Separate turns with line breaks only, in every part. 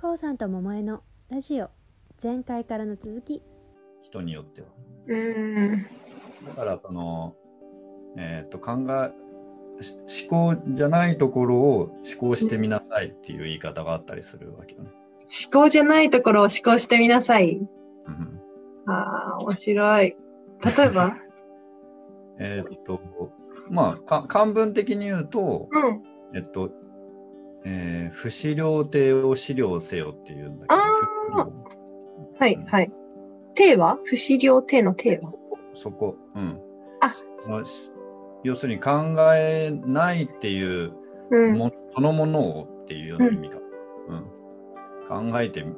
こうさんと桃江のラジオ前回からの続き
人によっては。
うん。
だからその、えーっと考えし思考じゃないところを思考してみなさいっていう言い方があったりするわけよね。
思考じゃないところを思考してみなさい。
うん
ああ、面白い。例えば
えーっとまあか漢文的に言うと、
うん。
えっとえー不思量定を資料せよっていうんだけど
あーはい、はい。手は不思量手の手は
そこ、うん。
あ
そのし要するに考えないっていう
うん。
も、そのものをっていうような意味か。うん考えてみ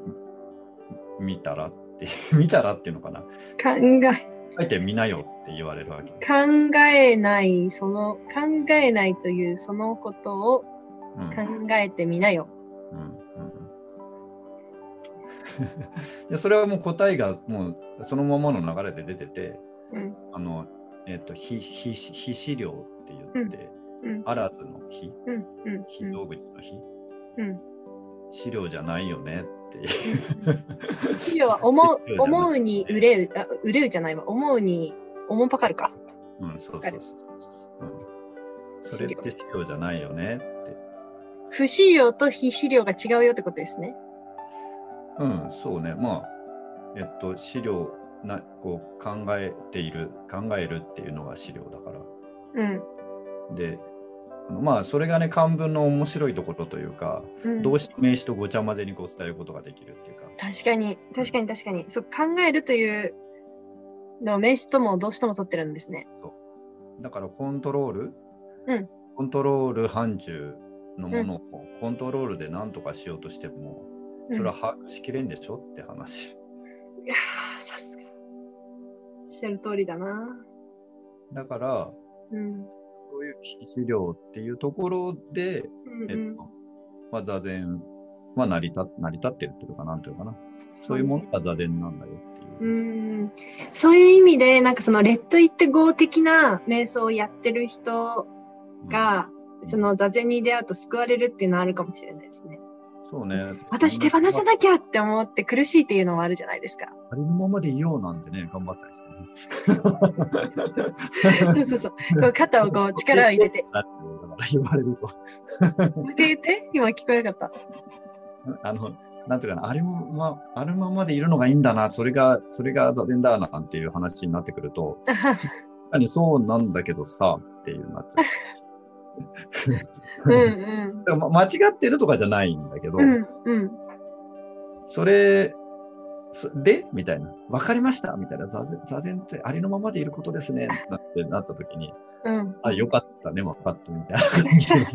見たらって、 見たらっていうのかな。
考え、
考えてみなよって言われるわけ。
考えない、その、考えないというそのことを
うんうん
考えてみなよ。
うんうん いやそれはもう答えがもうそのままの流れで出てて、
うん。
あの、えっ、と、非非非資料って言って、
うん。
あらずの非、
うん。うん。
非道具の非、
うん。
資料じゃないよねっていう。
資料は思う
資料じゃ、ない
思うに憂う、あ憂うじゃないわ。思うに、おもんぱかるか。
うん、そうそうそうそう、うん。それ
資
っ
料
て資料じゃないよねって。
不資料と非資料が違うよってことですね。
うん、そうね。まあ、えっと、資料な、こう、考えている、考えるっていうのが資料だから。
うん。
で、あのまあ、それがね、漢文の面白いところというか、
うん
動詞と名詞とごちゃ混ぜにこう伝えることができるっていうか。
確かに、確かに確かに。そう、考えるというのを名詞とも動詞とも取ってるんですね。
だから、コントロール、
うん
コントロール範疇のものを、コントロールで何とかしようとしても、それは
うん
把握しきれんでしょって話。
いやー、さすが。おっしゃる通りだな。
だから、
うん。
そういう資料っていうところで、
うん
え
う
っ
ん
と、まあ、座禅は成り立成り立ってるっていうか、なんていうのかな。そういうものが座禅なんだよって
う
いう。
んそういう意味で、なんかその、レッドイッテゴー的な瞑想をやってる人
うん、
が、その座禅に出会うと救われるっていうのはあるかもしれないですね。
そうね。
私手放さ
い。
なきゃって思って苦しいっていうのもあるじゃないですか。
ありのままでいようなんてね、頑張ったりしてね。
そうそうそう。こう肩をこう力を入 れて。
だってだから言われると、
言って言って今聞こえなかった。
あの、なんていうかな、ありのまありのままでいるのがいいんだな、それが、それが座禅だなんていう話になってくると、確かにそうなんだけどさ、っていうなっちゃう。
うんうん。
でもま間違ってるとかじゃないんだけど、
うんうん。
それ、そでみたいな。わかりましたみたいな。座禅座禅ってありのままでいることですね。なってなった時に、
うん。
あ、よかったね、わかった、みたいな感じで。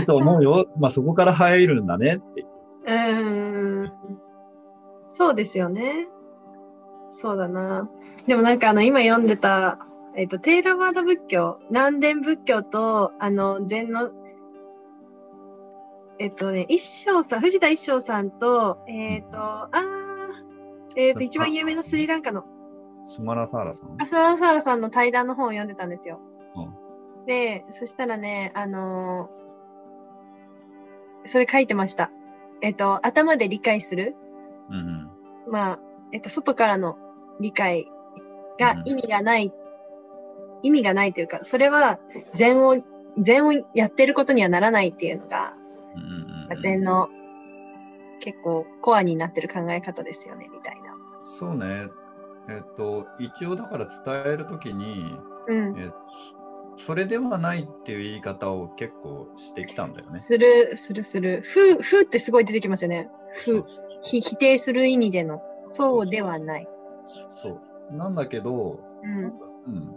いいと思うよ。まあ、そこから入るんだねっていう。
うーん。そうですよね。そうだな。でもなんかあの今読んでた、えっ、と、テーラワード仏教、南伝仏教と、あの、禅の、えっ、とね、一生さん、藤田一生さんと、えっ、と、あー、えっ、と、一番有名なスリランカの
スマラサーラさん。
アスワンサーラさんの対談の本を読んでたんですよ。
うん
で、そしたらね、あのーそれ書いてました。えっと、頭で理解する。
うんうん。
まあ、えっと、外からの理解が
うん
意味がない、意味がないというか、それは禅を、禅をやってることにはならないっていうのが、
うんうんうん
禅の結構コアになってる考え方ですよね、みたいな。
そうね。えっと、一応だから伝えるときに、
うん。
えっとそれではないっていう言い方を結構してきたんだよね。
する、する、する。ふ、ふってすごい出てきますよね。ふ、ひ 否定する意味での、そうではない。
そう。なんだけど、
うん。
うん、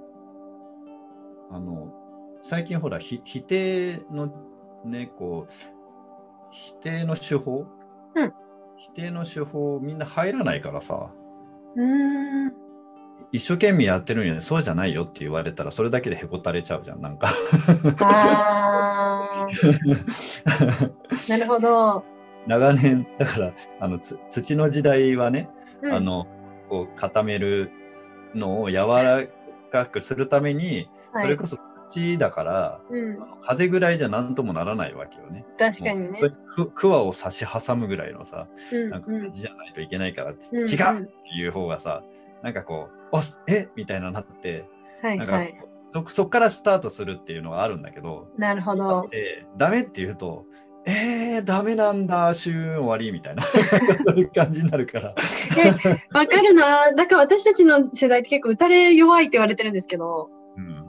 あの最近ほらひ否定のねこう否定の手法、
うん
否定の手法みんな入らないからさ
うーん。
一生懸命やってるのにそうじゃないよって言われたらそれだけでへこたれちゃうじゃんなんか
あー、 なるほど。
長年だからあのつ土の時代はね、
うん、
あ、のこう固めるのを柔らかくするために、
はい、
それこそ土だから、
うん、
風ぐらいじゃなんともならないわけよね。
確かにね
も。うくくわを差し挟むぐらいのさ、
うん
なんか
うん
感じじゃないといけないから、って
う
違
んう
うっていう方がさ、なんかこう、おっえみたいななって、
んはい
なん
は
か
い。
そそっからスタートするっていうのがあるんだけど、
なる ほど。
えーダメって言うと、えー、ダメなんだ、週終わりみたいな、 そういう感じになるから。
えわかるな。だから私たちの世代って結構打たれ弱いって言われてるんですけど、
うん、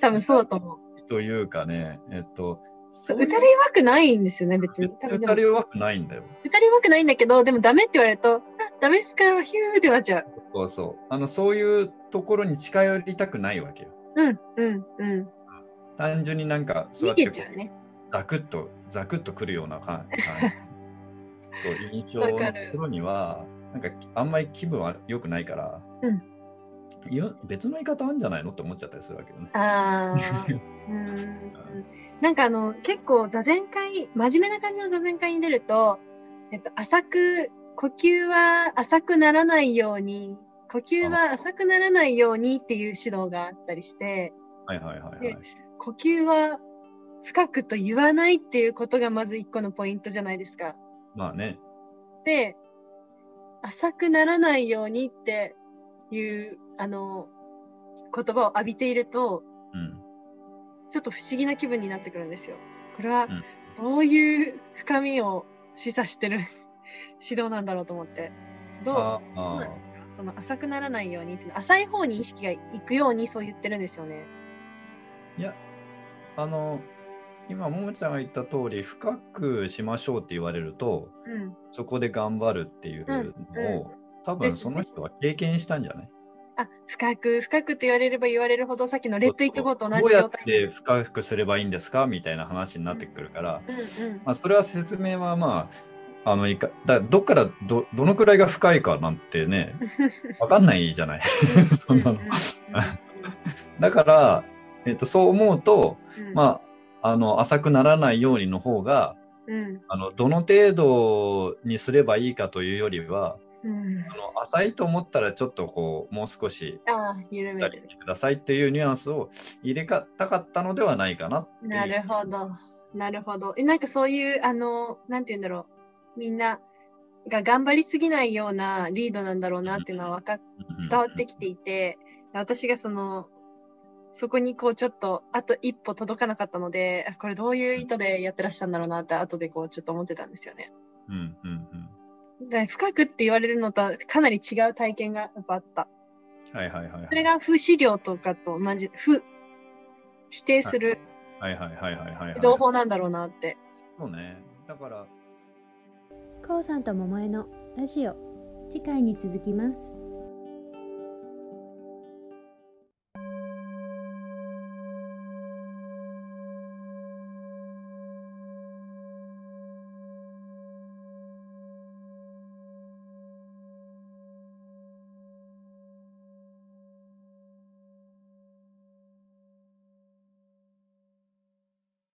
多分そうだと思う。
というかね、えっと、
そう打たれ弱くないんですよね、別に。多分
打
で
た
も
れ弱くないんだよ。
打たれ弱くないんだけど、でもダメって言われると、あダメっすか、ヒューってなっちゃう。
そうそう。あの、そういうところに近寄りたくないわけよ。
うん、うん、うん。
単純になんか、そうや
逃
って
げ
こ
ちゃう
う
ね。
ザクッと、ザクッとくるような感じ。 そう印象
わ
の
かる
ところには、なんか、あんまり気分は良くないから、
うん
いや別の言い方あるんじゃないのって思っちゃったりするわけよね。
ああ。うんなんかあの、結構座禅会、真面目な感じの座禅会に出ると、えっと、浅く、呼吸は浅くならないように、呼吸は浅くならないようにっていう指導があったりして、
はいはいはいはい
で。呼吸は深くと言わないっていうことがまず一個のポイントじゃないですか。
まあね。
で、浅くならないようにっていう、あの、言葉を浴びていると、
うん。
ちょっと不思議な気分になってくるんですよ。これ
う
は
ん、
どういう深みを示唆してる 指導なんだろうと思って。どう
あー
どう
あ
なんですかその浅くならないようにっていうの浅い方に意識がいくようにそう言ってるんですよね。
ー、いや、あの、今、ももちゃんが言った通り、深くしましょうって言われると、
うん。
そこで頑張るっていうのを、多分その人は経験したんじゃない
あ、深く、深くって言われれば言われるほど、さっきのレッドイットゴーと同
ど
じ
うや
状
っ
態
て深くすればいいんですかみたいな話になってくるから、
うんうん。
まあ、それは説明はまあ、あのいかだどっからどどのくらいが深いかなんてね、わかんないじゃない。 そんなの
うう
だから、えっと、そう思うと、
うんうん
まあ、あの浅くならないようにの方が
うん
あのどの程度にすればいいかというよりは
うん
あの浅いと思ったらちょっとこうもう少し
ああ、緩
や
め
り
る。
てくださいっていうニュアンスを入れかたかったのではないかなっていう
なるほど。なるほど。え、なんかそういう、あの、なんて言うんだろう。みんなが頑張りすぎないようなリードなんだろうなっていうのはわかっ
うん
伝わってきていて、私がその、そこにこうちょっと、あと一歩届かなかったので、あこれどういう意図でやってらっしゃるんだろうなって、後でこうちょっと思ってたんですよね。
うんうんうん
で深くって言われるのとはかなり違う体験がやっぱあった。
はいはいはいはい
それが不思量とかと同じ、不、否定する
はいはいはいはいはいはい
同法なんだろうなって。
そうねだから
こうさんと桃江のラジオ次回に続きます